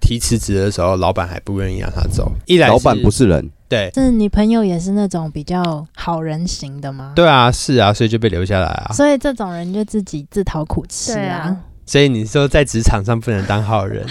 提辞职的时候，老板还不愿意让他走。一来老板不是人，对是你朋友也是那种比较好人型的吗？、对啊，是啊，所以就被留下来啊。所以这种人就自己自讨苦吃对啊啊。所以你说在职场上不能当好人，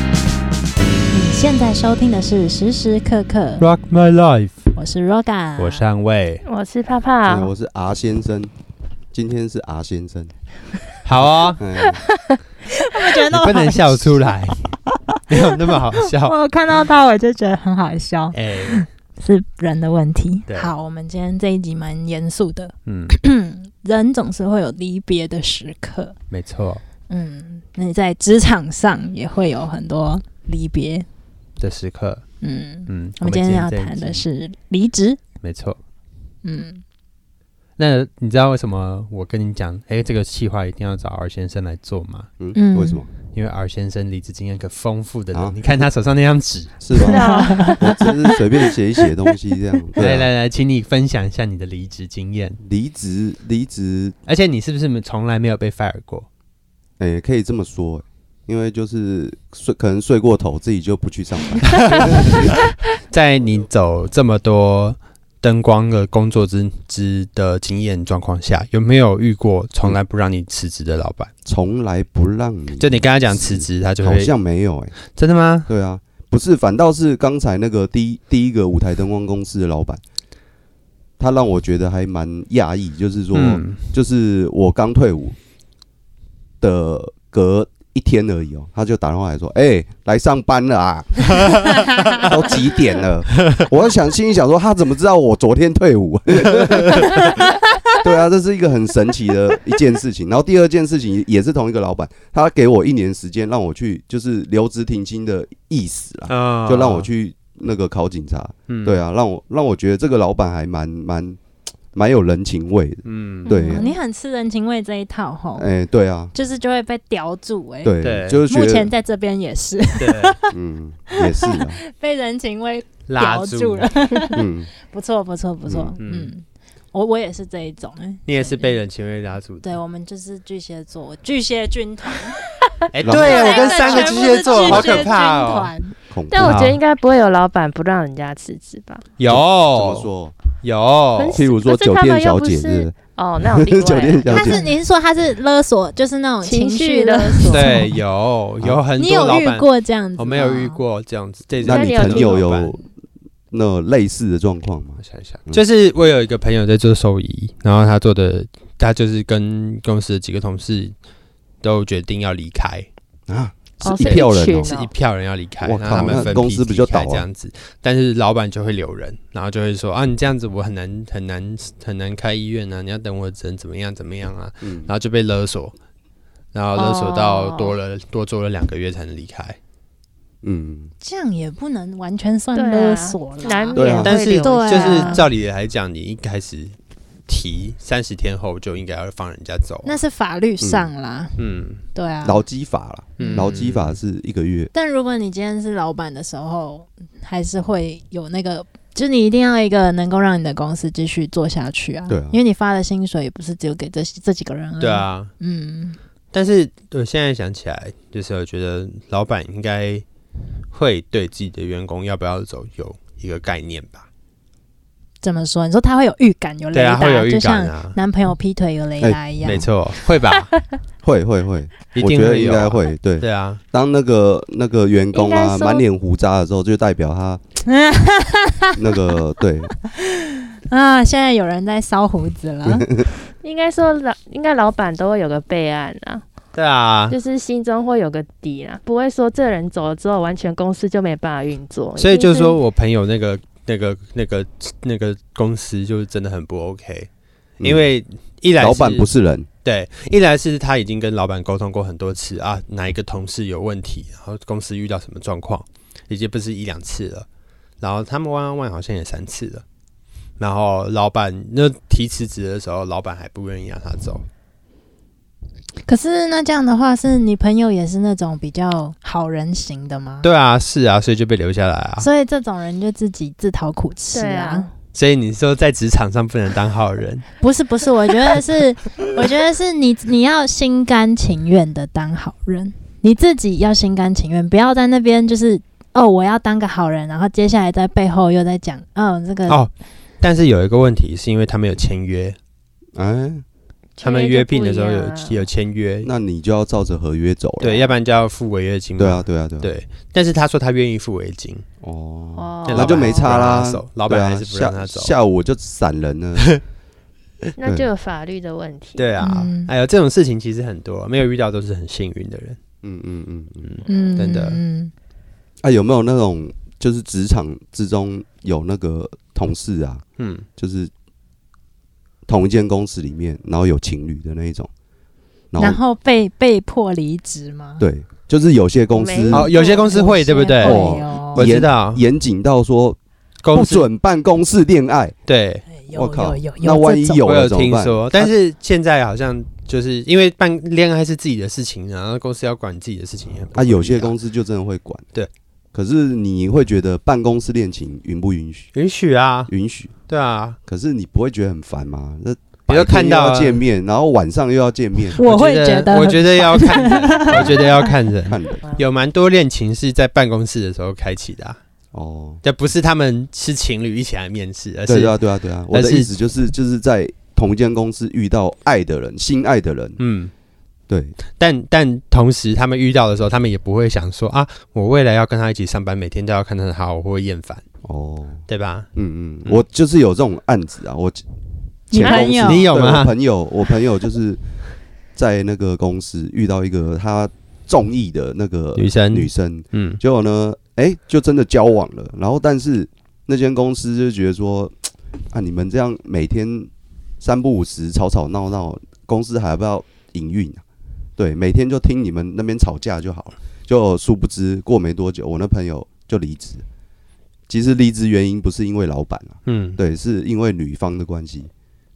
你现在收听的是时时刻刻， Rock My Life，我是 Roga，我上位，我是怕怕嗯，我是 R 先生，今天是 R 先生，好啊、嗯，我觉得你不能笑出来， 没有那么好笑。我看到他我就觉得很好笑，哎、是人的问题对。好，我们今天这一集蛮严肃的，嗯，人总是会有离别的时刻，没错嗯，那你在职场上也会有很多离别，的时刻，嗯。嗯，我们今天要这一谈集，的是离职，没错。嗯，那你知道为什么我跟你讲，哎、这个计划一定要找 R 先生来做吗？嗯嗯为什么？因为 R 先生离职经验可丰富的人，好你看他手上那张纸，是啊吧？我只是随便写一写东西 这样。对来啊来来，请你分享一下你的离职经验，离职离职，而且你是不是从来没有被 fire 过？哎，可以这么说，哎因为就是睡可能睡过头，自己就不去上班。在你走这么多灯光的工作之之的经验状况下，有没有遇过从来不让你辞职的老板？从来不让你，就你跟他讲辞职，他就好会像没有哎，真的吗？对啊，不是，反倒是刚才那个第一第一个舞台灯光公司的老板，他让我觉得还蛮讶异，就是说，嗯，就是我刚退伍的隔一天而已哦，他就打电话来说：“哎、来上班了啊，都几点了？”我想心里想说，他怎么知道我昨天退伍？ 对啊，这是一个很神奇的一件事情。然后第二件事情也是同一个老板，他给我一年时间让我去，就是留职停薪的意思啦，啊就让我，去那个考警察。嗯对，啊，让我让我觉得这个老板还蛮蛮蛮有人情味的。嗯，对啊嗯你很吃人情味这一套哦吼，哎、对啊，就是就会被叼住哎、对，对就是目觉前得，在这边也是 对，嗯，也是 啊，被人情味 拉叼住住了，嗯， 不错不错不错，嗯嗯，我我也是这一种哎、你也是被人情味拉住的。对，我们就是巨蟹座，巨蟹军团。哎，老对板我跟三个巨蟹座好可怕哦。哦！恐怖。但我觉得应该不会有老板不让人家辞职吧？有怎么说？有很哦譬如说可是酒他们店又小不姐是是哦，那种酒店定位小他姐是，您说他是勒索，就是那种情绪绪勒勒索。索，对，有有很你多老有板遇，过这样子吗？我哦没有遇过这样子。这那种你那朋你有友老板有那类似的状况吗我？想一下，嗯就是我有一个朋友在做兽医，然后他做的，他就是跟公司的几个同事都决定要离开，啊，哦是一是一票人群哦哦，是一票人要离开，我然后他靠们那分公批司不就离开倒了啊这样子？但是老板就会留人，然后就会说啊，你这样子我很难很难很难开医院啊，你要等我只能怎么样怎么样啊，嗯然后就被勒索，然后勒索到哦多了、多做了两个月才能离开。嗯，这样也不能完全算对啊勒索啦。难对啊免但会是留对下。就是照理来讲，你一开始提三十天后就应该要放人家走。啊那是法律上啦，嗯，对啊。劳基法啦，嗯劳基法是一个月，但如果你今天是老板的时候，还是会有那个，就是你一定要一个能够让你的公司继续做下去啊。对啊因为你发的薪水也不是只有给这这几个人啊。对，啊。嗯，但是我现在想起来，就是我觉得老板应该会对自己的员工要不要走有一个概念吧？怎么说？你说他会有预感，有雷对达，啊，会有预就像感啊，男朋友劈腿有雷达一样。没错，会吧？会会会，一我定觉得会应有啊该。会。对，对啊，当那个那个员工应啊该说满脸胡渣的时候，就代表 他那个 对， 啊，现在有人在烧胡子了。 应该说老，应该老板都会有个备案啊，对啊。就是心中会有个底啊，不会说这人走了之后，完全公司就没办法运作。所以就一定是说，我朋友那个那个那个那个公司就是真的很不 OK，嗯因为一来老板是不是人，对，一来是他已经跟老板沟通过很多次啊，哪一个同事有问题，然后公司遇到什么状况，已经不是一两次了，然后他们弯弯弯好像也三次了，然后老板那提辞职的时候，老板还不愿意让他走，可是那这样的话，是你朋友也是那种比较好人型的吗？、对啊，是啊，所以就被留下来啊，所以这种人就自己自讨苦吃对啊。啊所以你说在职场上不能当好人，不是不是，我觉得是， 我觉得是你你要心甘情愿的当好人，你自己要心甘情愿，不要在那边就是哦，我要当个好人，然后接下来在背后又在讲，嗯、这个、哦但是有一个问题，是因为他们有签约，哎，他们约聘的时候签约有就不一样啊有签约，那你就要照着合约走了。对，要不然就要付违约金嘛。对啊，对啊，对啊。对，但是他说他愿意付违约金，哦，哦但那老就板没差啦还是不让他走老对板啊还是不让他走下。下午我就闪 人了。那就有法律的问题。对啊嗯，哎呦，这种事情其实很多，没有遇到都是很幸运的人。嗯嗯嗯嗯。嗯，真的嗯，啊，有没有那种就是职场之中有那个同事啊，嗯，就是同一间公司里面，然后有情侣的那一种，然后然后被被迫离职吗？对，就是有些公司没哦，有些公司会，对不对有些？哦会哦我嗯也知道，严谨到说公不司准办公室恋爱，对，有我靠有有有那万一这种，有我了有怎么听办？啊说，但是现在好像就是因为办恋爱是自己的事情，啊然后公司要管自己的事情也很不容啊，易啊。有些公司就真的会管。对，可是你会觉得办公室恋情允不允许？允许啊，允许，对啊，可是你不会觉得很烦吗？那你就白天看到又啊要见面，然后晚上又要见面 我会觉觉得我觉得要看 人，我觉得要看人。看人有蛮多恋情是在办公室的时候开启的、啊，哦。这不是他们是情侣一起来面试，而对是啊，对啊，对啊！我但的是意思就是，就是在同一间公司遇到爱的人，心爱的人，嗯，对，但但同时他们遇到的时候，他们也不会想说啊，我未来要跟他一起上班，每天都要看到他，我会厌烦，哦，对吧？嗯嗯，嗯我就是有这种案子啊，我你前公朋司友你有对吗我朋友，我朋友就是在那个公司遇到一个他中意的那个女生女生，嗯，结果呢，哎、就真的交往了。然后，但是那间公司就觉得说，啊，你们这样每天三不五时吵吵闹闹，公司还要不要营运啊？对，每天就听你们那边吵架就好了。就殊不知，过没多久，我那朋友就离职。其实离职原因不是因为老板啊，嗯，对，是因为女方的关系。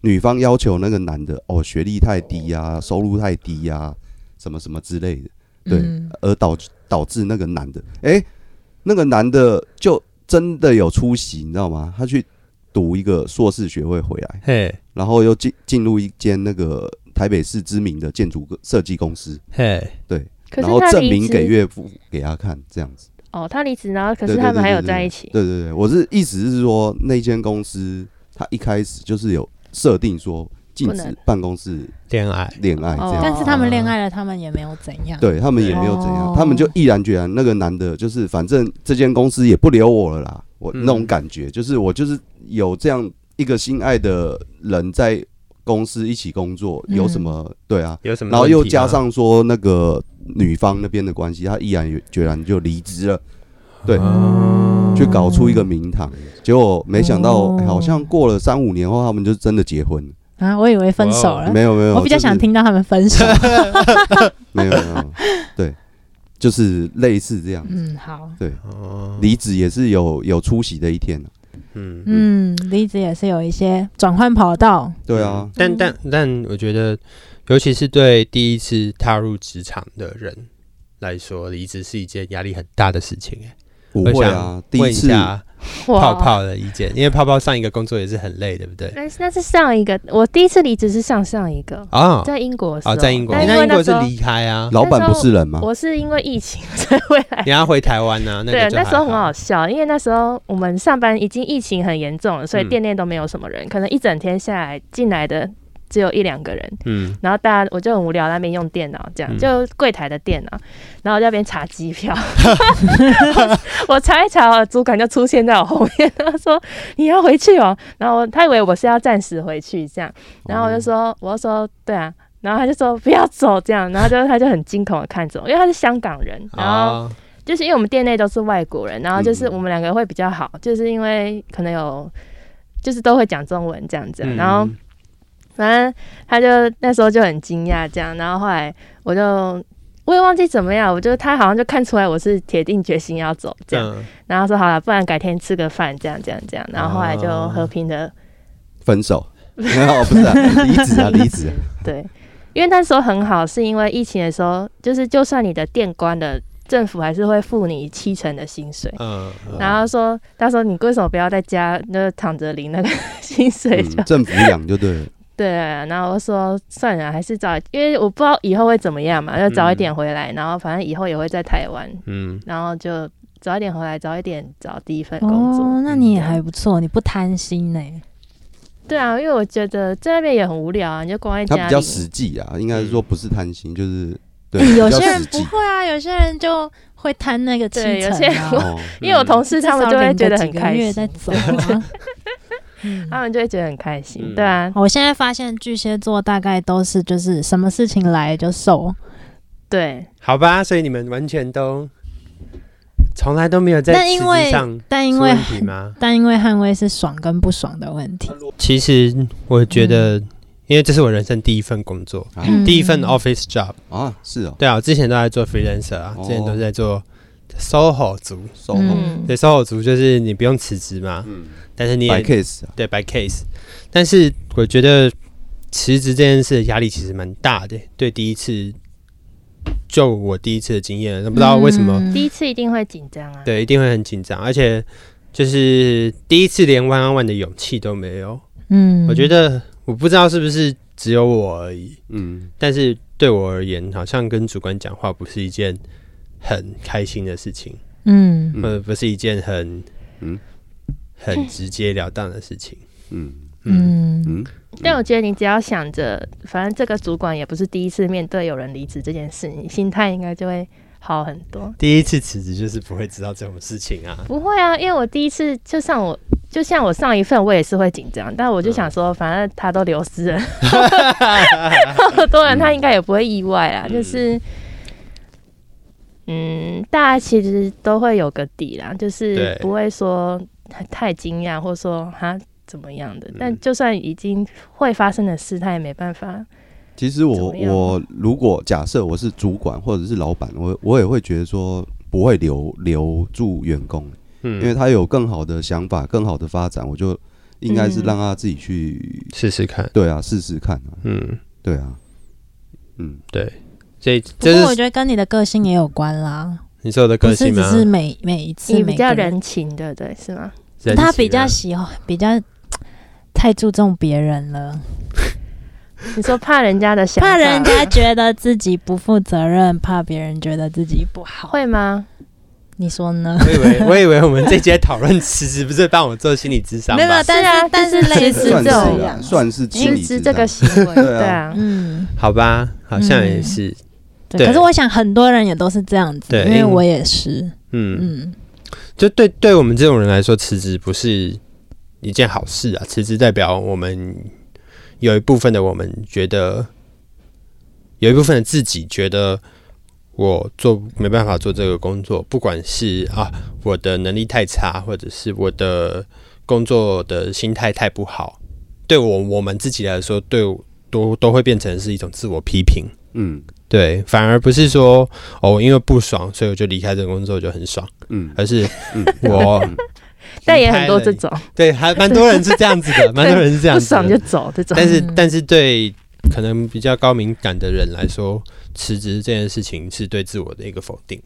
女方要求那个男的哦，学历太低呀、收入太低呀、什么什么之类的。对哦嗯而导导致那个男的，哎、那个男的就真的有出席，你知道吗？他去读一个硕士学位回来，嘿然后又进进入一间那个台北市知名的建筑设计公司，嘿，可然是后他证离明职给岳父给他看，这样子。哦，他离职，然后可对是对他对们还有对在一起。对对对，我是意思是说，那间公司他一开始就是有设定说禁不止能办公室恋爱，恋爱这哦样子。但是他们恋爱了，他们也没有怎样。对他们也没有怎样，啊哦他们就毅然决然，那个男的就是反正这间公司也不留我了啦，我嗯那种感觉、就是我就是有这样一个心爱的人在公司一起工作，嗯有什么、对啊？有什么？然后又加，上说那个女方那边的关系，他毅然决然就离职了，对，去搞出一个名堂。结果没想到、哦哎好像过了三五年后，他们就真的结婚了。啊，我以为分手了没。有没有，我比较就想是听到他们分手。没有没有，对，就是类似这样。嗯，好，哦，离职也是有有出席的一天、啊、嗯，嗯，离职也是有一些转换跑道，对嗯啊，但但但我觉得，尤其是对第一次踏入职场的人来说，离职是一件压力很大的事情。哎不会啊，第问一一次下哇泡泡的意见，因为泡泡上一个工作也是很累，对不对？那是那是上一个，我第一次离职是上上一个，啊在英国的时候啊，在英国，但因那为英国那时是候离开啊，老板不是人吗？我是因为疫情 所以回来。 你要回台湾啊，那对个，就那时候还很好笑，因为那时候我们上班已经疫情很严重了，所以嗯店内都没有什么人，可能一整天下来进来的只有一两个人。嗯，然后大家我就很无聊，在那边用电脑，这样、嗯就柜台的电脑，然后我在那边查机票， 我查一查，我主管就出现在我后面， 他说你要回去哦，然后我他以为我是要暂时回去这样，然后我就哦说，我就说对啊，然后他就说不要走这样，然后就他就很惊恐的看着我，因为他是香港人，然后啊，就是因为我们店内都是外国人，然后就是嗯我们两个会比较好，就是因为可能有就是都会讲中文这样子，嗯然后。反正他就那时候就很惊讶这样，然后后来我就我也忘记怎么样，我就他好像就看出来我是铁定决心要走这样，嗯然后说好了，不然改天吃个饭这样这样这样，然后后来就哦和平的、分手， 哦，不是啊离 职啊，离职啊，对，因为那时候很好，是因为疫情的时候，就是就算你的店关了，政府还是会付你七成的薪水。嗯，嗯然后说，他说你为什么不要在家那躺着领那个薪水就、嗯、政府养就对了，对？然后我说算了，还是早，因为我不知道以后会怎么样嘛，就早一点回来。然后反正以后也会在台湾，嗯，然后就早一点回来，早一点找第一份工作。哦，嗯那你也还不错，你不贪心呢、 对啊，因为我觉得在那边也很无聊啊，你就关在他家比里较。实际啊，应该是说不是贪心，就是对，有比较些人实不际会啊，有些人就会贪那个七对有成些人啊， 哦，因为我同事他们就会觉得很开至心，少领个几个月再 走、啊。嗯他们就会觉得很开心。嗯对啊，我现在发现巨蟹座大概都是就是什么事情来就受，对，好吧，所以你们完全都从来都没有在但因实为际上但因出为问题吗？但因为捍卫是爽跟不爽的问题。其实我觉得，因为这是我人生第一份工作，啊嗯第一份 office job。啊，是哦，对啊，我之前都在做 freelancer 啊，哦之前都是在做 SOHO 族。收嗯对，SOHO 族就是你不用辞职嘛，嗯，但是你白也 case 啊，对 by case。但是我觉得辞职这件事的压力其实蛮大的，对第一次，就我第一次的经验，那不知道为什么。嗯第一次一定会紧张啊。对，一定会很紧张，而且就是第一次连弯弯弯的勇气都没有。嗯我觉得我不知道是不是只有我而已，嗯，但是对我而言，好像跟主管讲话不是一件很开心的事情，嗯嗯或者不是一件很嗯很直截了当的事情。嗯嗯，嗯嗯，但我觉得你只要想着，反正这个主管也不是第一次面对有人离职这件事，你心态应该就会好很多。第一次辞职就是不会知道这种事情啊。不会啊，因为我第一次就像我，就像我上一份我也是会紧张，但我就想说，反正他都流失 了， 好多人他应该也不会意外啦，就是。嗯，大家其实都会有个底啦，就是对不会说太惊讶，或说哈怎么样嗯的。但就算已经会发生的事，他也没办法。其实我怎么样我如果假设我是主管或者是老板，我我也会觉得说不会留留住员工，嗯，因为他有更好的想法、更好的发展，我就应该是嗯让他自己去，试试看。对啊，试试看啊，嗯，对啊，嗯，对，所以不这过我是觉得跟你的个性也有关啦，你说我的不个是性只吗？是每每一次你比较每个人情，对不对？是吗？人他情比较啊喜欢比较太注重别人了，你说怕人家的想法，怕人家觉得自己不负责任，怕别人觉得自己不好，会吗？你说 呢？我以为我以为我们这节讨论辞职不是帮我做心理智商吗？没有，没有但是啊但是就是类辞似职算这是这啊，样，算是心辞理职智这个商 行为，对啊对啊，嗯。好吧，好像也是，对对，可是我想很多人也都是这样子，对因为我也是，嗯，嗯，就对对我们这种人来说，辞职不是一件好事啊。辞职代表我们有一部分的我们觉得，有一部分的自己觉得我做没办法做这个工作，不管是啊我的能力太差，或者是我的工作的心态太不好，对我我们自己来说，对我都都会变成是一种自我批评。嗯对，反而不是说哦，我因为不爽，所以我就离开这个工作就很爽，嗯而是嗯， 我但也很多这种对，还蛮多人是这样子的，蛮多人是这样 不子爽就的。走这种。但是嗯，但是对可能比较高敏感的人来说，辞职这件事情是对自我的一个否定。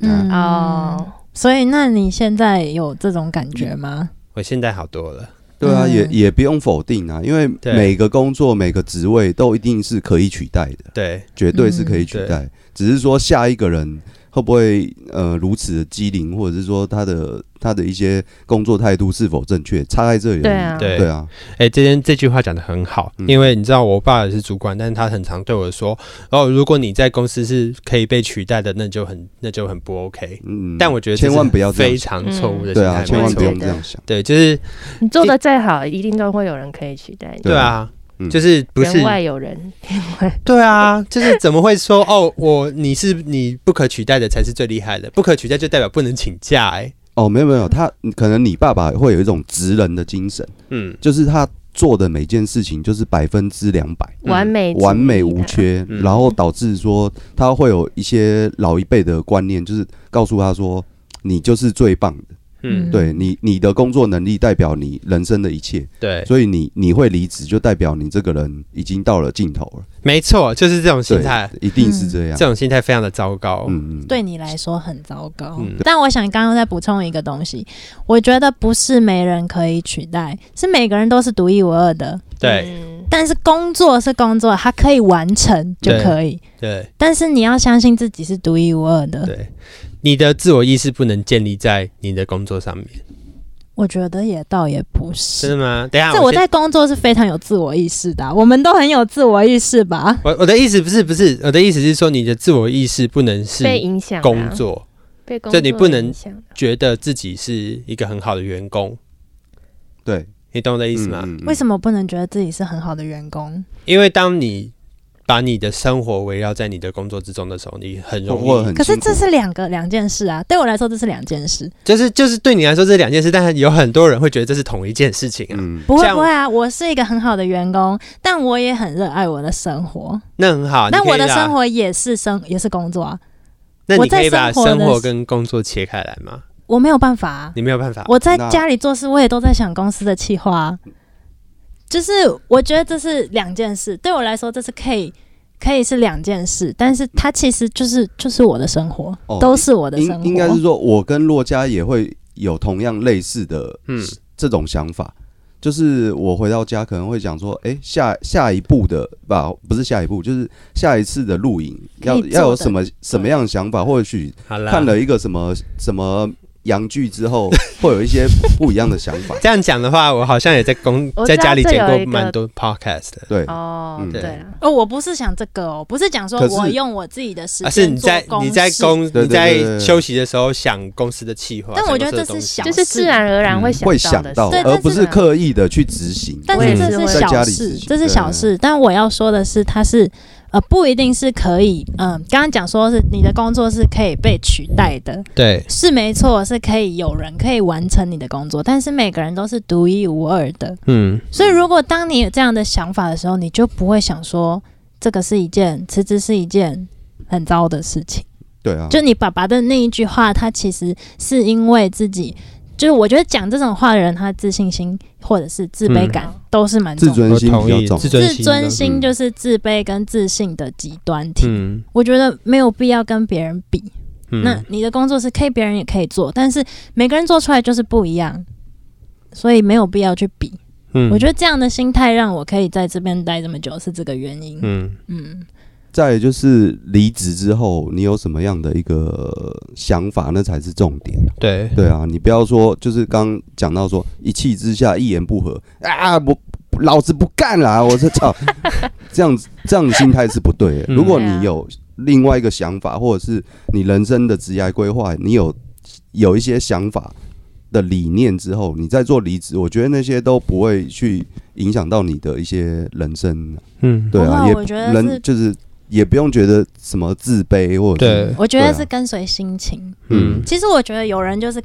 嗯哦，所以那你现在有这种感觉吗？我现在好多了，对啊，嗯也也不用否定啊，因为对每个工作、每个职位都一定是可以取代的，嗯对，绝对是可以取代，只是说下一个人会不会呃如此的机灵，或者是说他的他的一些工作态度是否正确，差在这里而已。对啊对对啊，哎、这件这句话讲的很好，嗯因为你知道我爸也是主管，但是他很常对我说，哦，如果你在公司是可以被取代的，那就很那就很不 OK。嗯，但我觉得这千是万不要这非样想，嗯常错误的心对啊，态，千没万不错用，这样想。对，就是你做的再好，一定都会有人可以取代你。对啊，嗯就是不是人外有人，对啊，就是怎么会说哦，我你是你不可取代的才是最厉害的，不可取代就代表不能请假哎、哦，没有没有，他可能你爸爸会有一种职人的精神，嗯就是他做的每件事情就是百分之两百。嗯完美主义完美无缺，嗯然后导致说他会有一些老一辈的观念，就是告诉他说你就是最棒的，嗯，对你你的工作能力代表你人生的一切，对，所以你你会离职就代表你这个人已经到了尽头了，没错，就是这种心对态，，一定是这样这。种心态非常的糟糕。嗯嗯，对你来说很糟糕。嗯但我想刚刚再补充一个东西，我觉得不是没人可以取代，是每个人都是独一无二的。对嗯但是工作是工作，它可以完成就对可以，对但是你要相信自己是独一无二的。对，你的自我意识不能建立在你的工作上面，嗯我觉得也倒也不真是。的吗？等一下，这我我先在工作是非常有自我意识的啊、我们都很有自我意识吧？我我的意思不是不是，我的意思是说你的自我意识不能是被影响啊工，作，被工就作你不能影响啊觉得自己是一个很好的员工，对，嗯你懂我的意思吗？为什么不能觉得自己是很好的员工？因为当你把你的生活围绕在你的工作之中的时候，你很么容或易，很可是辛苦这是两个两件事啊，对我来说这是两件事。就是就是对你来说这两件事，但是有很多人会觉得这是同一件事情啊，嗯不会像不会啊，我是一个很好的员工，但我也很热爱我的生活。那很好，但啊你可以我把的生，活也是生也是工作啊，那我你在可以把生活的生活跟工作切开来吗？我没有办法、啊。你没有办法，我在那家里做事，我也都在想公司的企划啊、就是我觉得这是两件事，对我来说这是可以可以是两件事，但是它其实就是就是我的生活，哦都是我的生应活。应该是说，我跟洛嘉也会有同样类似的嗯这种想法，就是我回到家可能会想说，哎、下下一步的吧，不是下一步，就是下一次的录影要可以做的嗯要有什么什么样的想法，或许好啦，看了一个什么什么洋剧之后，会有一些不一样的想 法。这样讲的话，我好像也在公我在知道家里这剪有过一个蛮多 podcast 的。对，哦嗯，对对了，哦，我不是想这个哦，不是讲说可是我用我自己的时啊，是间你做在公你在事公对对你对在对休息的时候想公司的计划，但我觉得想公司的这东是西小就是自然而然会嗯会想想到，对而但不是是呢刻意的去执行。但我也是是这会是在家小里事自，己这是对啊小事。但我要说的是，它是呃不一定是可以，嗯、刚刚讲说是你的工作是可以被取代的，对是没错，是可以有人可以完成你的工作，但是每个人都是独一无二的。嗯所以如果当你有这样的想法的时候，你就不会想说这个是一件辞职是一件很糟的事情。对啊，就你爸爸的那一句话，他其实是因为自己，就是我觉得讲这种话的人，他自信心或者是自卑感、嗯都是蛮重自要的。尊心我同比较意重自。尊自心尊的心嗯就是自卑跟自信的极端体。嗯我觉得没有必要跟别人比。嗯那你的工作是可以，别人也可以做，但是每个人做出来就是不一样，所以没有必要去比。嗯我觉得这样的心态让我可以在这边待这么久，是这个原因。嗯嗯，再来就是离职之后，你有什么样的一个想法，那才是重点。对对啊，你不要说，就是刚讲到说一气之下，一言不合啊，我老子不干啦！我这 操，这样子这样的心态是不对的。嗯如果对啊你有另外一个想法，或者是你人生的职业规划，你有有一些想法的理念之后，你再做离职，我觉得那些都不会去影响到你的一些人生。嗯对不啊，会也我觉得是人就是也不用觉得什么自卑或者是对我觉对得啊是跟随心情。嗯其实我觉得有人就是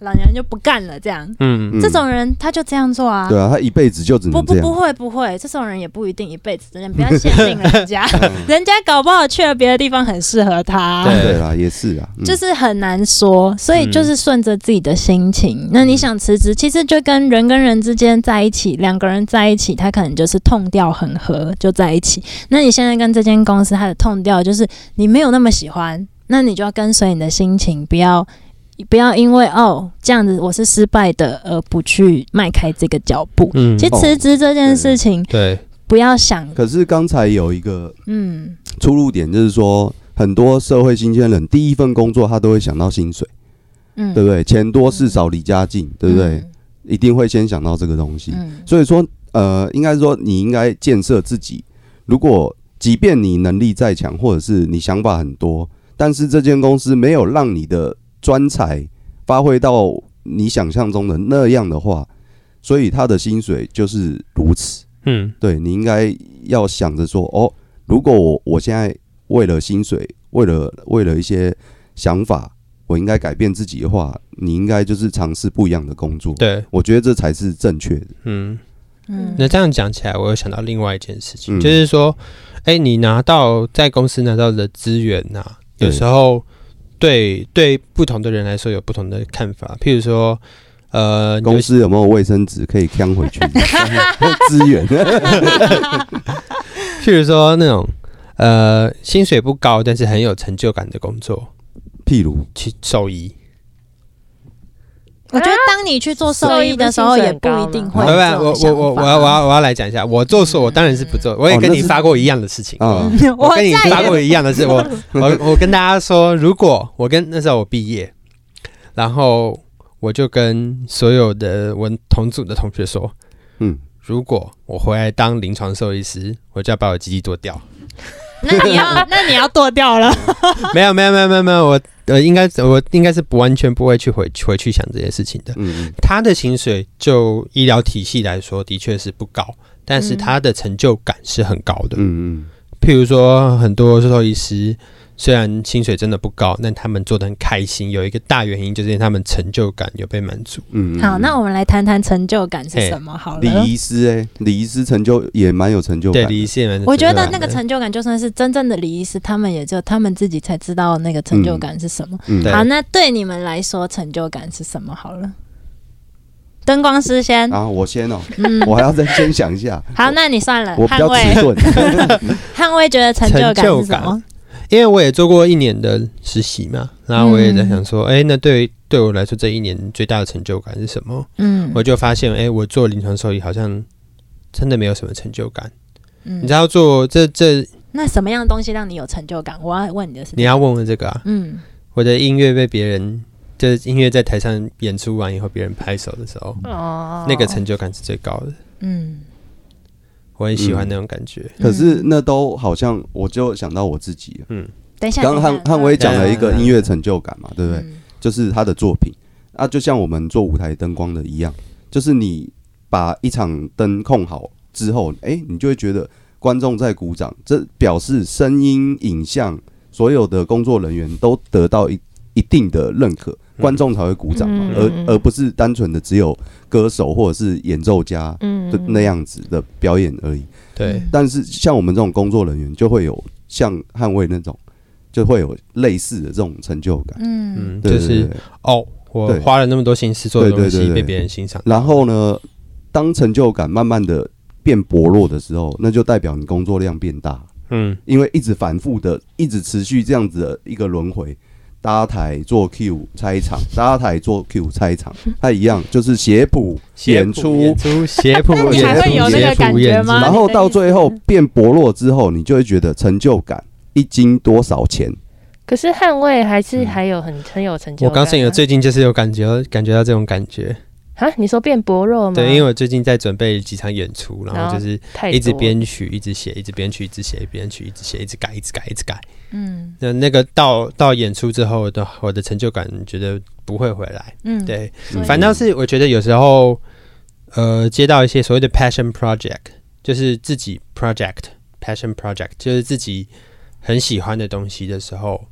老娘就不干了这样，嗯嗯这种人他就这样做啊。对啊，他一辈子就只不能不这不样。会不会，这种人也不一定一辈子，真的不要 限定人家，嗯人家搞不好去了别的地方很适合他。对对啦，也是啊，嗯就是很难说，所以就是顺着自己的心情。嗯那你想辞职，其实就跟人跟人之间在一起，两个人在一起，他可能就是痛调很合就在一起。那你现在跟这间公司，它的痛调就是你没有那么喜欢，那你就要跟随你的心情，不要不要因为哦这样子我是失败的而不去迈开这个脚步。哦嗯其实辞职这件事情，对不要想，可是刚才有一个嗯，出入点，就是说很多社会新鲜人第一份工作他都会想到薪水，嗯，对不对？钱多事少离家近，对不对？一定会先想到这个东西。嗯？嗯，所以说，呃，应该说你应该建设自己。如果即便你能力再强，或者是你想法很多，但是这间公司没有让你的专才发挥到你想象中的那样的话，所以他的薪水就是如此。嗯对你应该要想着说，哦，如果我我现在为了薪水，为了为了一些想法，我应该改变自己的话，你应该就是尝试不一样的工作。，对我觉得这才是正确的。嗯。嗯那这样讲起来，我又想到另外一件事情，嗯就是说，哎，你拿到在公司拿到的资源呐，有对时候对对不同的人来说有不同的看法。譬如说，呃，公司有没有卫生纸可以 扛回去？ 资源譬如说那种呃薪水不高但是很有成就感的工作，譬如去兽医，我觉得当你去做啊兽医的时候，也不一定不会不，有我这种我我我要我要我要来讲一下，我做事我当然是不做，我也哦跟那你是发过一样的事情。啊， 想法我跟你再发也过一样的事，我我我跟大家说，如果我跟那时候我毕业，然后我就跟所有的我同组的同学说，嗯，如果我回来当临床兽医师，我就要把我鸡鸡剁掉。 那你 要那你要剁掉了，没有没有没有没有没有，我呃应该我应该是不完全不会去回回去想这些事情的。嗯，他的薪水就医疗体系来说的确是不高，但是嗯他的成就感是很高的。嗯嗯譬如说，很多兽医师虽然薪水真的不高，但他们做的很开心。有一个大原因就是因为他们成就感有被满足。嗯嗯。好，那我我们来谈谈成就感是什么好李了。医师哎，李医师成就也蛮有成就对，感，离线蛮我觉得那个成成就感，就算是真正的李医师，他们也就他们自己才知道那个成就感是什么。嗯对好，啊那对你们来说，成就感是什么好了？灯光师先，啊，我先哦，嗯，我还要再先想一下，好，那你算了。我比捍较迟卫，钝， 捍卫觉得成就感是什成就么？就因为我也做过一年的实习嘛，然后我也在想说，哎、那对对我来说这一年最大的成就感是什么？嗯我就发现，哎、我做临床兽医好像真的没有什么成就感。嗯你知道做这这，那什么样的东西让你有成就感？我要问你的是这个，你要问问这个啊，嗯，我的音乐被别人。就是音乐在台上演出完以后，别人拍手的时候，哦那个成就感是最高的。嗯我很喜欢那种感觉。嗯可是那都好像我就想到我自己了，等一下，刚刚汉汉威讲了一个嗯音乐成就感嘛，对不嗯对？对？就是他的作品啊，就像我们做舞台灯光的一样，就是你把一场灯控好之后，哎、你就会觉得观众在鼓掌，这表示声音、影像所有的工作人员都得到一一定的认可，观众才会鼓掌嘛，嗯而而不是单纯的只有歌手或者是演奏家嗯的那样子的表演而已。对，但是像我们这种工作人员，就会有像捍卫那种，就会有类似的这种成就感。嗯嗯，对就对对是哦，我对花了那么多心思做的对对东对西对被别人欣赏，然后呢，当成就感慢慢的变薄弱的时候，那就代表你工作量变大，嗯，因为一直反复的，一直持续这样子的一个轮回，搭台做 Q 拆场，搭台做 Q 拆场，它一样就是写谱演出演。 出斜谱那演出你还会有那个斜感谱觉演出吗然后到最后变薄弱之后，你就会觉得成就感一斤多少钱？可是捍卫还是嗯还有很很有成就我感啊。告诉你，我最近就是有感觉感觉到这种感觉，啊，你说变薄弱吗？对，因为我最近在准备几场演出，然然后后就是太一直多编曲，一直写，一直编曲，一直写，编曲，一直写，一直改，一直改，一直改。嗯那那个到到演出之后的我的成就感，觉得不会回来，嗯，对，嗯反倒是我觉得有时候，呃，接到一些所谓的 passion project，就是自己 project passion project，就是自己很喜欢的东西的时候，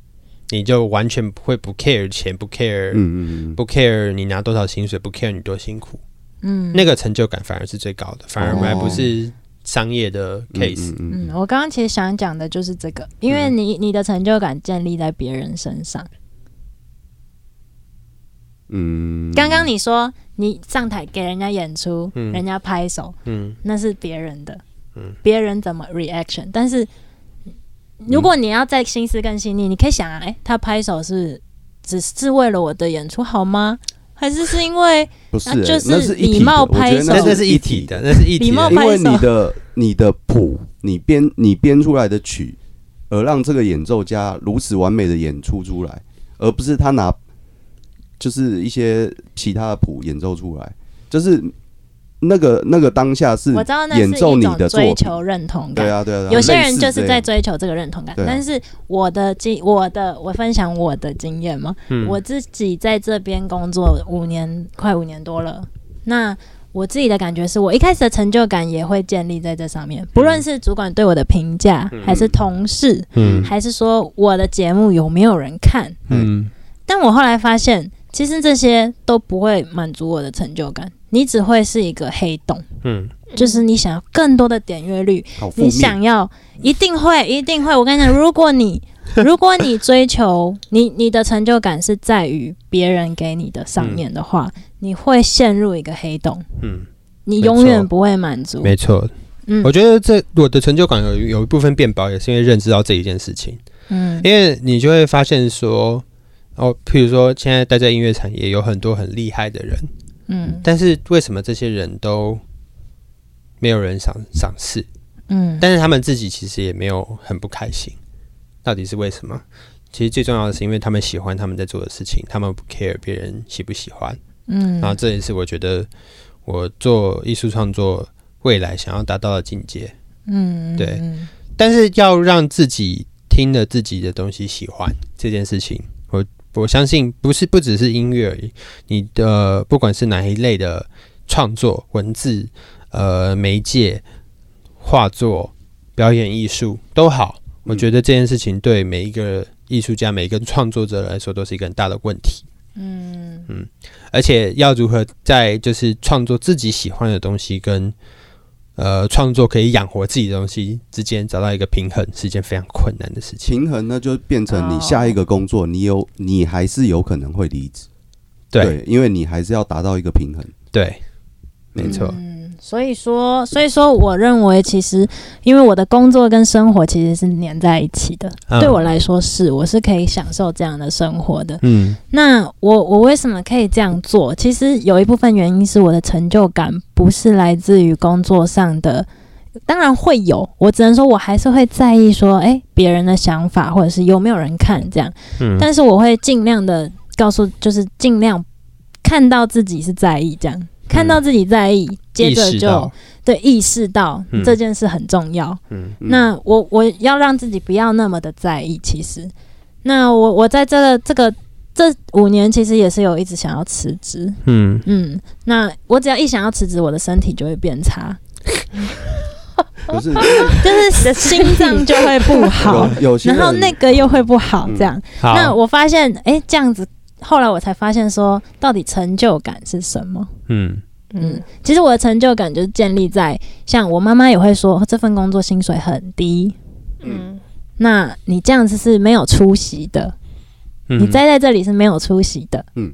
你就完全不会不 care 钱，不 care，、嗯嗯嗯，不 care 你拿多少薪水，不 care 你多辛苦，嗯那个成就感反而是最高的，反而哦还不是商业的 case。嗯嗯嗯，我刚刚其实想讲的就是这个，因为你你的成就感建立在别人身上。嗯，刚刚你说你上台给人家演出，嗯人家拍手，嗯那是别人的嗯，别人怎么 reaction，但是如果你要再心思更细腻，你可以想啊，哎，他拍手是只是为了我的演出好吗？还是是因为不是、那就欸是那是一体礼的貌我觉拍得手那那那是一体的，那是一体礼貌的因拍。为手你的你的谱，你编你编出来的曲，而让这个演奏家如此完美的演出出来，而不是他拿就是一些其他的谱演奏出来，就是那个那个当下是我知道那演是奏一你种的作追品，求认同感对？啊对啊，对啊有些类人似就是这在样追求这个认同感，对啊但是我的经我的我分享我的经验嘛，嗯我自己在这边工作五年，快五年多了。那我自己的感觉是我一开始的成就感也会建立在这上面，不论是主管对我的评价，还是同事，嗯还是说我的节目有没有人看。嗯，但我后来发现，其实这些都不会满足我的成就感，你只会是一个黑洞，嗯，就是你想要更多的点阅率，好负你 面想要一定会一定会，我跟你讲，如果你如果你追求你你的成就感是在于别人给你的上面的话，你会陷入一个黑洞，嗯，你没错永远不会满足。没错，嗯我觉得这我的成就感有有一部分变薄，也是因为认知到这一件事情，嗯因为你就会发现说，哦，譬如说现在待在音乐产业有很多很厉害的人，嗯但是为什么这些人都没有人赏赏识？嗯，但是他们自己其实也没有很不开心，到底是为什么？其实最重要的是，因为他们喜欢他们在做的事情，他们不 care 别人喜不喜欢。嗯然后这也是我觉得我做艺术创作未来想要达到的境界。嗯对嗯但是要让自己听了自己的东西喜欢这件事情，我我相信不是不只是音乐而已，你的呃不管是哪一类的创作、文字、呃媒介、画作、表演艺术都好，嗯我觉得这件事情对每一个艺术家、每一个创作者来说都是一个很大的问题。嗯而且要如何在就是创作自己喜欢的东西跟呃创作可以养活自己的东西之间找到一个平衡，是一件非常困难的事情。平衡呢，就变成哦你下一个工作，你有你还是有可能会离职，对因为你还是要达到一个平衡。对，没错，嗯，所以说，所以说，我认为其实，因为我的工作跟生活其实是粘在一起的，嗯对我来说是，我是可以享受这样的生活的。嗯那我我为什么可以这样做？其实有一部分原因是我的成就感不是来自于工作上的，当然会有，我只能说我还是会在意说，诶，别人的想法或者是有没有人看这样，嗯，但是我会尽量的告诉，就是尽量看到自己是在意这样，看到自己在意，接嗯意着识就到对意识到嗯这件事很重要。嗯嗯那我我要让自己不要那么的在意，其实，那我我在这个这个这五年其实也是有一直想要辞职，嗯，嗯，那我只要一想要辞职，我的身体就会变差，可嗯是嗯就是心脏就会不 好， 有有些然人后那个又会不好，这样。好，那我发现，哎、这样子，后来我才发现说，到底成就感是什么？嗯嗯，其实我的成就感就是建立在，像我妈妈也会说，这份工作薪水很低，嗯那你这样子是没有出息的，嗯，你待在这里是没有出息的。嗯，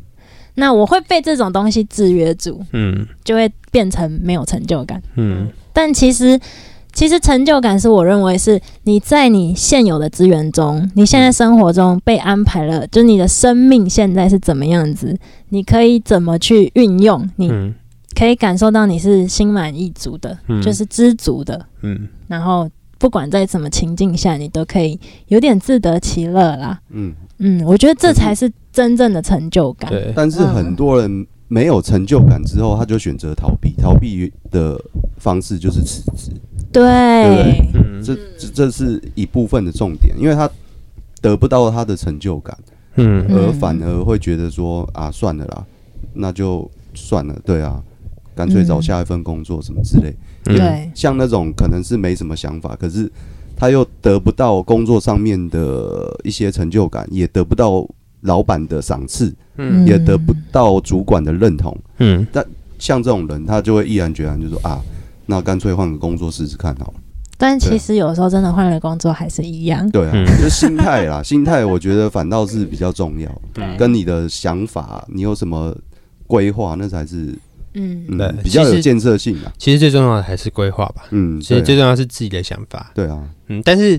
那我会被这种东西制约住，嗯就会变成没有成就感。嗯但其实，其实成就感是我认为是你在你现有的资源中，你现在生活中被安排嗯了，就是你的生命现在是怎么样子，你可以怎么去运用，你嗯可以感受到你是心满意足的，嗯就是知足的，嗯然后。不管在什么情境下，你都可以有点自得其乐啦。嗯，嗯，我觉得这才是真正的成就感。对，但是很多人没有成就感之后，他就选择逃避，逃避的方式就是辞职，对对，嗯这这这是一部分的重点，因为他得不到他的成就感，嗯而反而会觉得说啊，算了啦，那就算了，对啊，干脆找嗯下一份工作什么之类。嗯对，像那种可能是没什么想法，可是他又得不到工作上面的一些成就感，也得不到老板的赏赐，嗯也得不到主管的认同。嗯像这种人，他就会毅然决然就说啊，那干脆换个工作试试看好了。但其实有时候真的换了工作还是一样。对啊，嗯就心 态啦，心态我觉得反倒是比较重要，对跟你的想法，你有什么规划，那才是嗯对嗯比较其有实建设性啊。其实最重要的还是规划吧，嗯，其实最对啊重要的是自己的想法，对啊，嗯，但是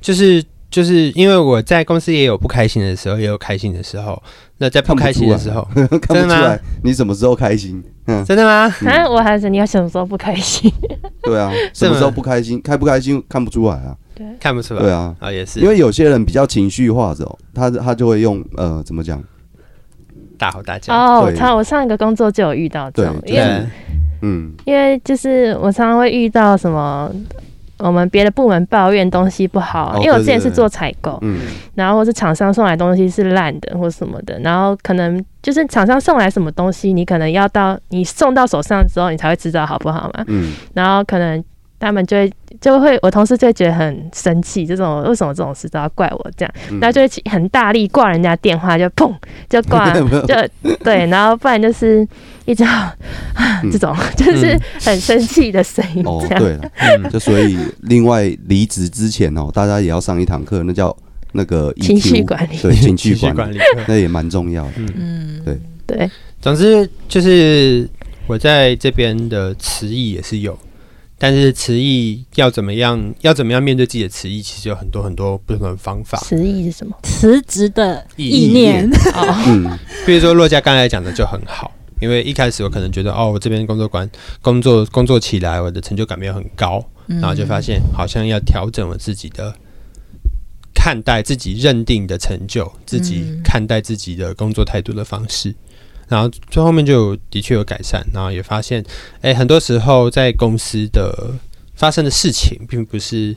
就是就是因为我在公司也有不开心的时候，也有开心的时候。那在不看不开心出的来时候，看不真的出吗啊来你什么时候开心。真的吗？嗯啊，我还是你要什么时候不开心？对啊，什么时候不开心，开不开心看不出来啊。看不出来。对啊，啊，也是因为有些人比较情绪化的哦，他他就会用呃怎么讲？大吼大叫。哦，对我常我上一个工作就有遇到这对种，，就因为是嗯因为就是我常常会遇到什么。我们别的部门抱怨东西不好，哦因为我之前对对是对做采购，嗯然后或是厂商送来东西是烂的或什么的，然后可能就是厂商送来什么东西，你可能要到你送到手上之后，你才会知道好不好嘛。嗯，然后可能他们就会就会，我同事就会觉得很生气，这种为什么这种事都要怪我这样，嗯然后就会起很大力挂人家电话，就砰就 挂没有没有就对，然后不然就是一直 这种就是很生气的声音嗯 哦这样。对了，就所以另外离职之前哦，大家也要上一堂课，那叫那个 EQ, 情绪管理对情 绪情绪管管理，理课那也蛮重要的。嗯，对对，啊总之就是我在这边的词义也是有，但是词义要怎么样，要怎么样面对自己的词义，其实有很多很多不同的方法。词义是什么？辞职的意意念，哦，嗯，比如说洛嘉刚才讲的就很好，因为一开始我可能觉得哦，我这边工作管工作工作起来，我的成就感没有很高，然嗯然后就发现好像要调整我自己的看待自己认定的成就，自己嗯看待自己的工作态度的方式。然后最后面就有的确有改善，然后也发现，哎，很多时候在公司的发生的事情，并不是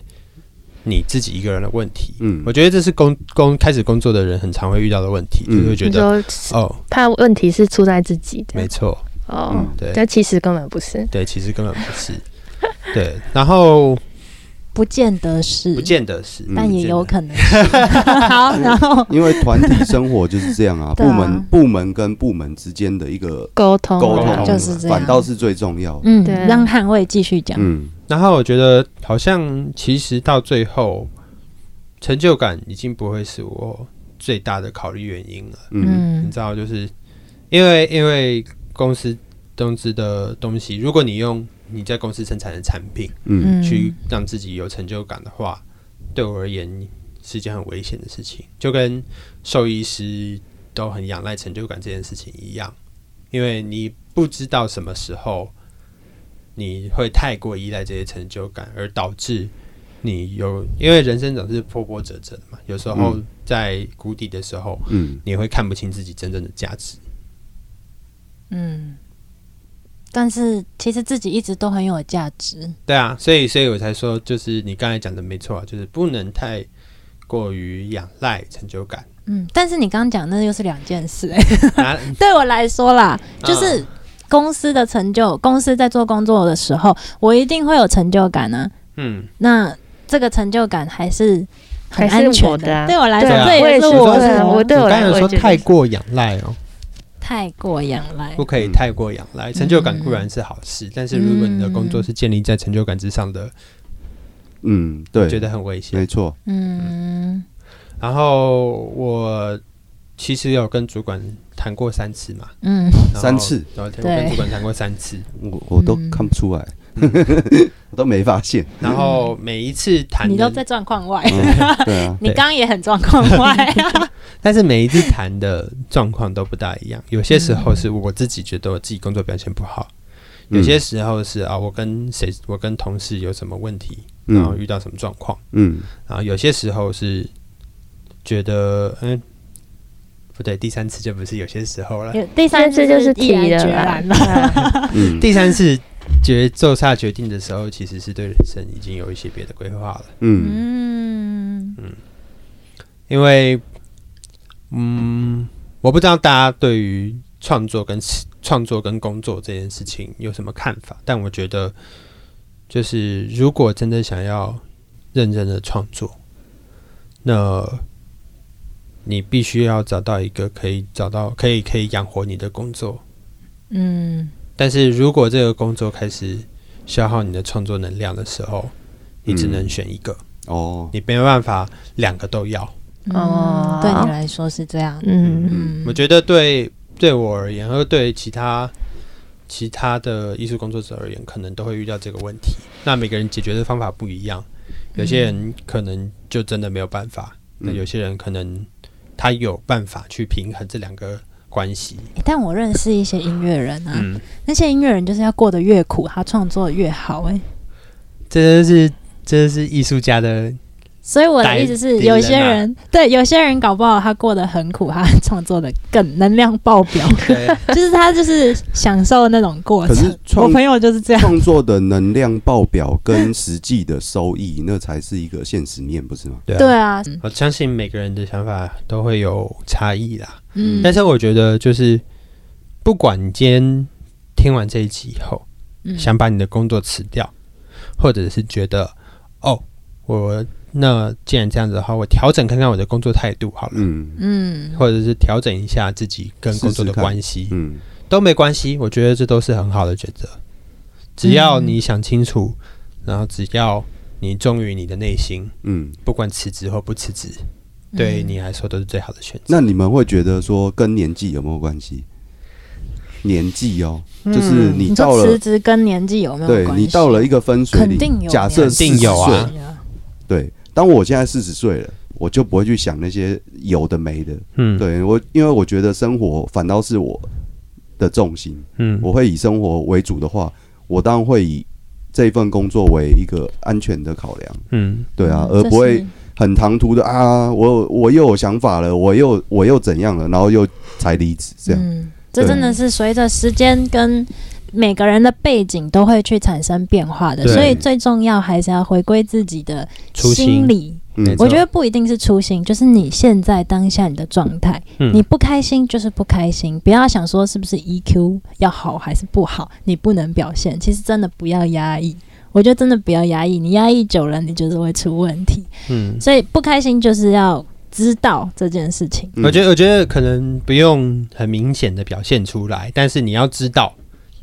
你自己一个人的问题。嗯我觉得这是工工开始工作的人很常会遇到的问题，嗯就是会觉你得说哦，他问题是出在自己的没错，哦嗯，对但其实根本不是。对，其实根本不 是，对，然后不见得是，不见得是，嗯但也有不见可能是。 好，然后因为团体生活就是这样啊，对部啊门部门跟部门之间的一个沟通啊，沟通就是这样反倒是最重要的。嗯对啊，让捍卫继续讲，嗯，得。然后我觉得好像其实到最后，成就感已经不会是我最大的考虑原因了。嗯你知道，就是因为因为公司公司的东西，如果你用你在公司生产的产品嗯去让自己有成就感的话，对我而言是件很危险的事情，就跟兽医师都很仰赖成就感这件事情一样，因为你不知道什么时候你会太过依赖这些成就感，而导致你有，因为人生总是波波折折的嘛，有时候嗯在谷底的时候，嗯，你会看不清自己真正的价值。嗯，但是其实自己一直都很有价值，对啊，所以所以我才说，就是你刚才讲的没错啊，就是不能太过于仰赖成就感。嗯，但是你刚刚讲那又是两件事、哎啊对我来说啦，嗯就是公司的成就，公司在做工作的时候，我一定会有成就感呢、嗯，那这个成就感还是很还是安全我的啊对我来对说，啊这也我也是我我的对啊我对我刚来才说说我觉得太是过仰赖哦，太过仰赖不。可以嗯太过仰赖。成就感固然是好事，但是如果你的工作是建立在成就感之上的，嗯，我觉对，得很危险没。错，嗯然后我其实有跟主管谈过三次嘛，嗯，然后三次，然后我对跟主管谈过三次，我我都嗯看不出来， 我都没发现。然后每一次谈你的都在状况外，嗯，对啊，你刚刚也很状况外、啊。但是每一次谈的状况都不大一样，嗯有些时候是我自己觉得我自己工作表现不好，嗯有些时候是啊，我跟谁，我跟同事有什么问题，然后嗯遇到什么状况，嗯然后有些时候是觉得嗯。不对，第三次就不是有些时候了。 第三次就是 提毅然了决啦然了，嗯第三次决做下决定的时候，其实是对人生已经有一些别的规划了。嗯嗯因为，嗯，我不知道大家对于创作跟创作跟工作这件事情有什么看法，但我觉得，就是如果真的想要认真的创作，那你必须要找到一个可以找到可以可以养活你的工作。嗯但是如果这个工作开始消耗你的创作能量的时候，你只嗯能选一个，哦，你没办法两个都要。哦哦，对你来说是这样。 嗯，嗯，我觉得对对我而言，和对其他其他的艺术工作者而言，可能都会遇到这个问题。那每个人解决的方法不一样，有些人可能就真的没有办法，那嗯有些人可能他有办法去平衡这两个关系。诶但我认识一些音乐人啊，嗯，那些音乐人就是要过得越苦，他创作得越好、欸诶，这就是这就是艺术家的所以我的意思逮是，敌人啊有些人对有些人搞不好他过得很苦，他创作的更能量爆表， 对啊就是他就是享受那种过可是程。创我朋友就是这 样，创作的能量爆表跟实际的收益，那才是一个现实面，不是吗？对啊对啊，我相信每个人的想法都会有差异啦。嗯，但是我觉得，就是不管你今天听完这一集以后，嗯想把你的工作辞掉，或者是觉得哦，我那既然这样子的话，我调整看看我的工作态度好了，嗯嗯或者是调整一下自己跟工作的试试看关系，嗯都没关系。我觉得这都是很好的抉择，只要嗯你想清楚，然后只要你忠于你的内心，嗯不管辞职或不辞职，嗯对你来说都是最好的选择。那你们会觉得说跟年纪有没有关系？年纪哦，就是嗯你你到说了辞，职跟年纪有没有对关系？你到了一个分水肯岭，定有，假设肯定有啊40岁，对，当我现在四十岁了，我就不会去想那些有的没的。嗯，，对我，因为我觉得生活反倒是我的重心，嗯，我会以生活为主的话，我当然会以这份工作为一个安全的考量。嗯，对啊，嗯而不会这是很唐突的啊，我我又有想法了，我又我又怎样了，然后又才离职这样。嗯，这对真的是随着时间跟每个人的背景都会去产生变化的，对所以最重要还是要回归自己的初心心，理。没嗯错我觉得不一定是初心，就是你现在当下你的状态，嗯你不开心就是不开心，不要想说是不是 EQ 要好还是不好，你不能表现，其实真的不要压抑。我觉得真的不要压抑，你压抑久了，你就是会出问题。嗯，所以不开心就是要知道这件事情。嗯我觉得我觉得可能不用很明显的表现出来，但是你要知道，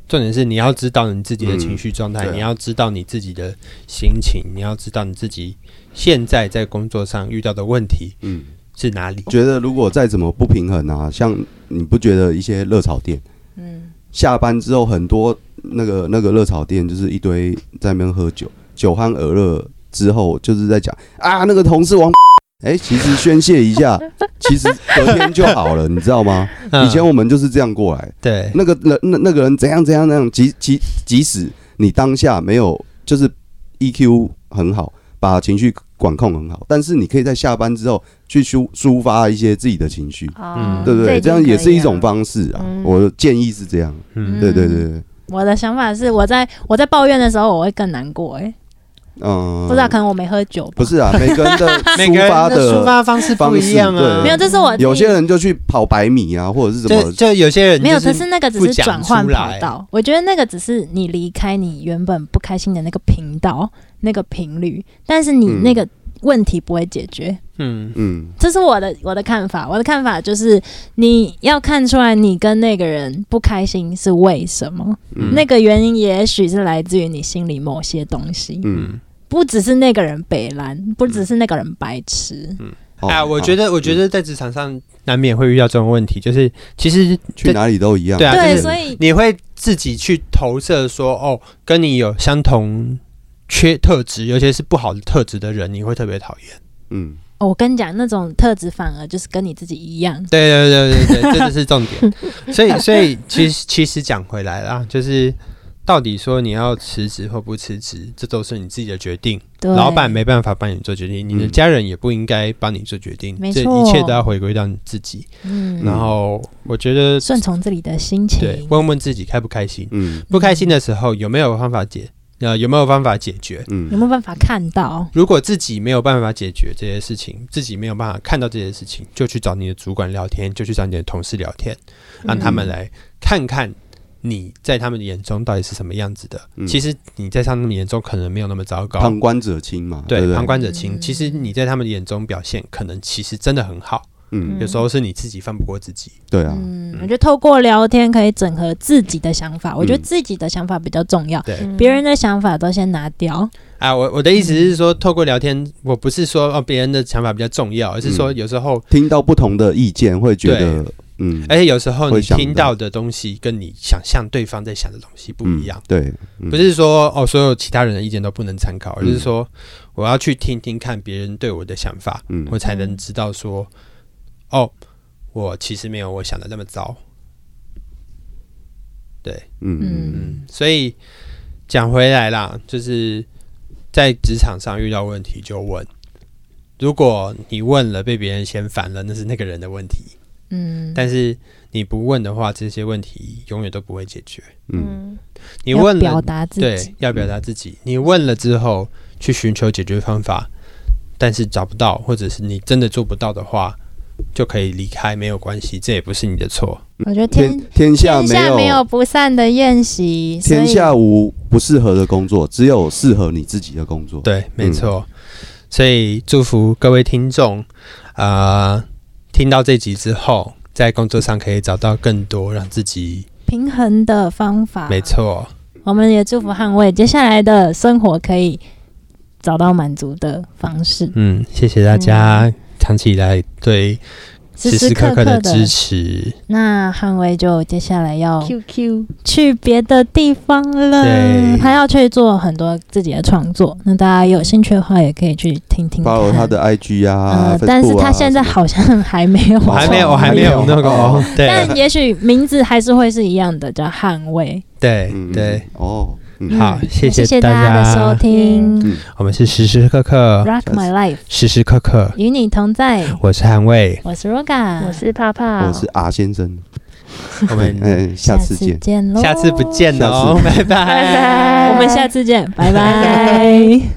重点是你要知道你自己的情绪状态，对啊你要知道你自己的心情，你要知道你自己现在在工作上遇到的问题嗯，是哪里。觉得如果再怎么不平衡啊，像你不觉得一些热炒店嗯，下班之后很多那个那个热炒店就是一堆在那边喝酒，酒酣耳热之后就是在讲啊，那个同事王。 哎，其实宣泄一下，其实隔天就好了，你知道吗？嗯以前我们就是这样过来，对，那个人那那个人怎样怎样那样，即即即使你当下没有就是 EQ 很好，把情绪管控很好，但是你可以在下班之后去抒抒发一些自己的情绪，哦嗯嗯对不对？这样也是一种方式啊。嗯我建议是这样，嗯对对对对，我的想法是，我在我在抱怨的时候，我会更难过、欸。嗯，不知道，可能我没喝酒吧。不， 是啊，每个人的 每个人抒发抒的，发方式不方式一样啊，对没有，这是我自嗯己有些人就去跑百米啊，或者是什就么，就有些人没有，就可是是那个只不是讲转换出跑来道。我觉得那个只是你离开你原本不开心的那个频道、那个频率，但是你嗯那个问题不会解决。嗯嗯这是我的我的看法。我的看法就是，你要看出来你跟那个人不开心是为什么。嗯那个原因也许是来自于你心里某些东西，嗯，嗯。不只是那个人北蓝，不只是那个人白痴。好啊，我觉哦好嗯得，我觉得在职场上难免会遇到这种问题，就是其实去哪里都一样，对啊对，就是所以你会自己去投射说，哦，跟你有相同缺特质，尤其是不好的特质的人，你会特别讨厌。嗯哦我跟你讲，那种特质反而就是跟你自己一样。对对对对对，这就是重点。所以，所以其实其实讲回来啦，就是到底说你要辞职或不辞职，这都是你自己的决定，对，老板没办法帮你做决定，你的嗯家人也不应该帮你做决定，没这错一切都要回归到你自己。嗯，然后，我觉得顺从自己的心情。对，问问自己开不开心，嗯不开心的时候有没有方法解，呃，有没有方法解决？嗯有没有办法看到？如果自己没有办法解决这些事情，自己没有办法看到这些事情，就去找你的主管聊天，就去找你的同事聊天，让他们来看看你在他们眼中到底是什么样子的。嗯其实你在他们眼中可能没有那么糟糕，旁观者清嘛，对不对旁观者清。嗯其实你在他们眼中表现可能其实真的很好，嗯，有时候是你自己放不过自己。对啊，嗯，我觉得透过聊天可以整合自己的想嗯法，我觉得自己的想法比较重要，对，嗯别人的想法都先拿掉。啊，我我的意思是说，透过聊天，我不是说哦别人的想法比较重要，而是说有时候听到不同的意见会觉得，嗯，而且有时候你会想听到到的东西跟你想象对方在想的东西不嗯，一样，对，嗯不是说哦所有其他人的意见都不能参考，而是嗯说我要去听听看别人对我的想法，嗯我才能知道说哦，我其实没有我想的那么糟。嗯嗯嗯，所以讲回来啦，就是在职场上遇到问题就问。如果你问了被别人嫌烦了，那是那个人的问题；嗯，但是你不问的话，这些问题永远都不会解决。嗯你问要表了，达自己，对，要表达自己。你问了之后，去寻求解决方法，但是找不到，或者是你真的做不到的话，就可以离开，没有关系，这也不是你的错。我觉得天天天下天下没没有有不散的宴席，所以天下无不适合的工作，只有适合你自己的工作。，对，没嗯错。所以祝福各位听众，啊，听到这集之后，在工作上可以找到更多让自己，平衡的方法。没，错，我们也祝福捍卫接下来的生活可以找到满足的方式。嗯，谢谢大家。长期以来对时时时刻刻刻的的支持。那汉威就接下来要 QQ 去别的地方了对，他要去做很多自己的创作。那大家有兴趣的话，也可以去听听看。 follow 他的 IG 啊呃，，嗯但是 Facebook 啊他现在什么好像还没有，我还没有，我还没有那个哦，对 但也许名字还是会是一样的，叫汉威。对嗯对，哦，嗯嗯好，谢谢大家的收听嗯我们是时时刻刻， ，Rock My Life 时时刻刻，与你同在。我是韩卫，我是 Roga，我是泡泡，我是阿先生， 我嗯们 嗯，下下次见次。见喽，下次不见了哦，拜拜拜拜，我们下次见，拜 拜拜。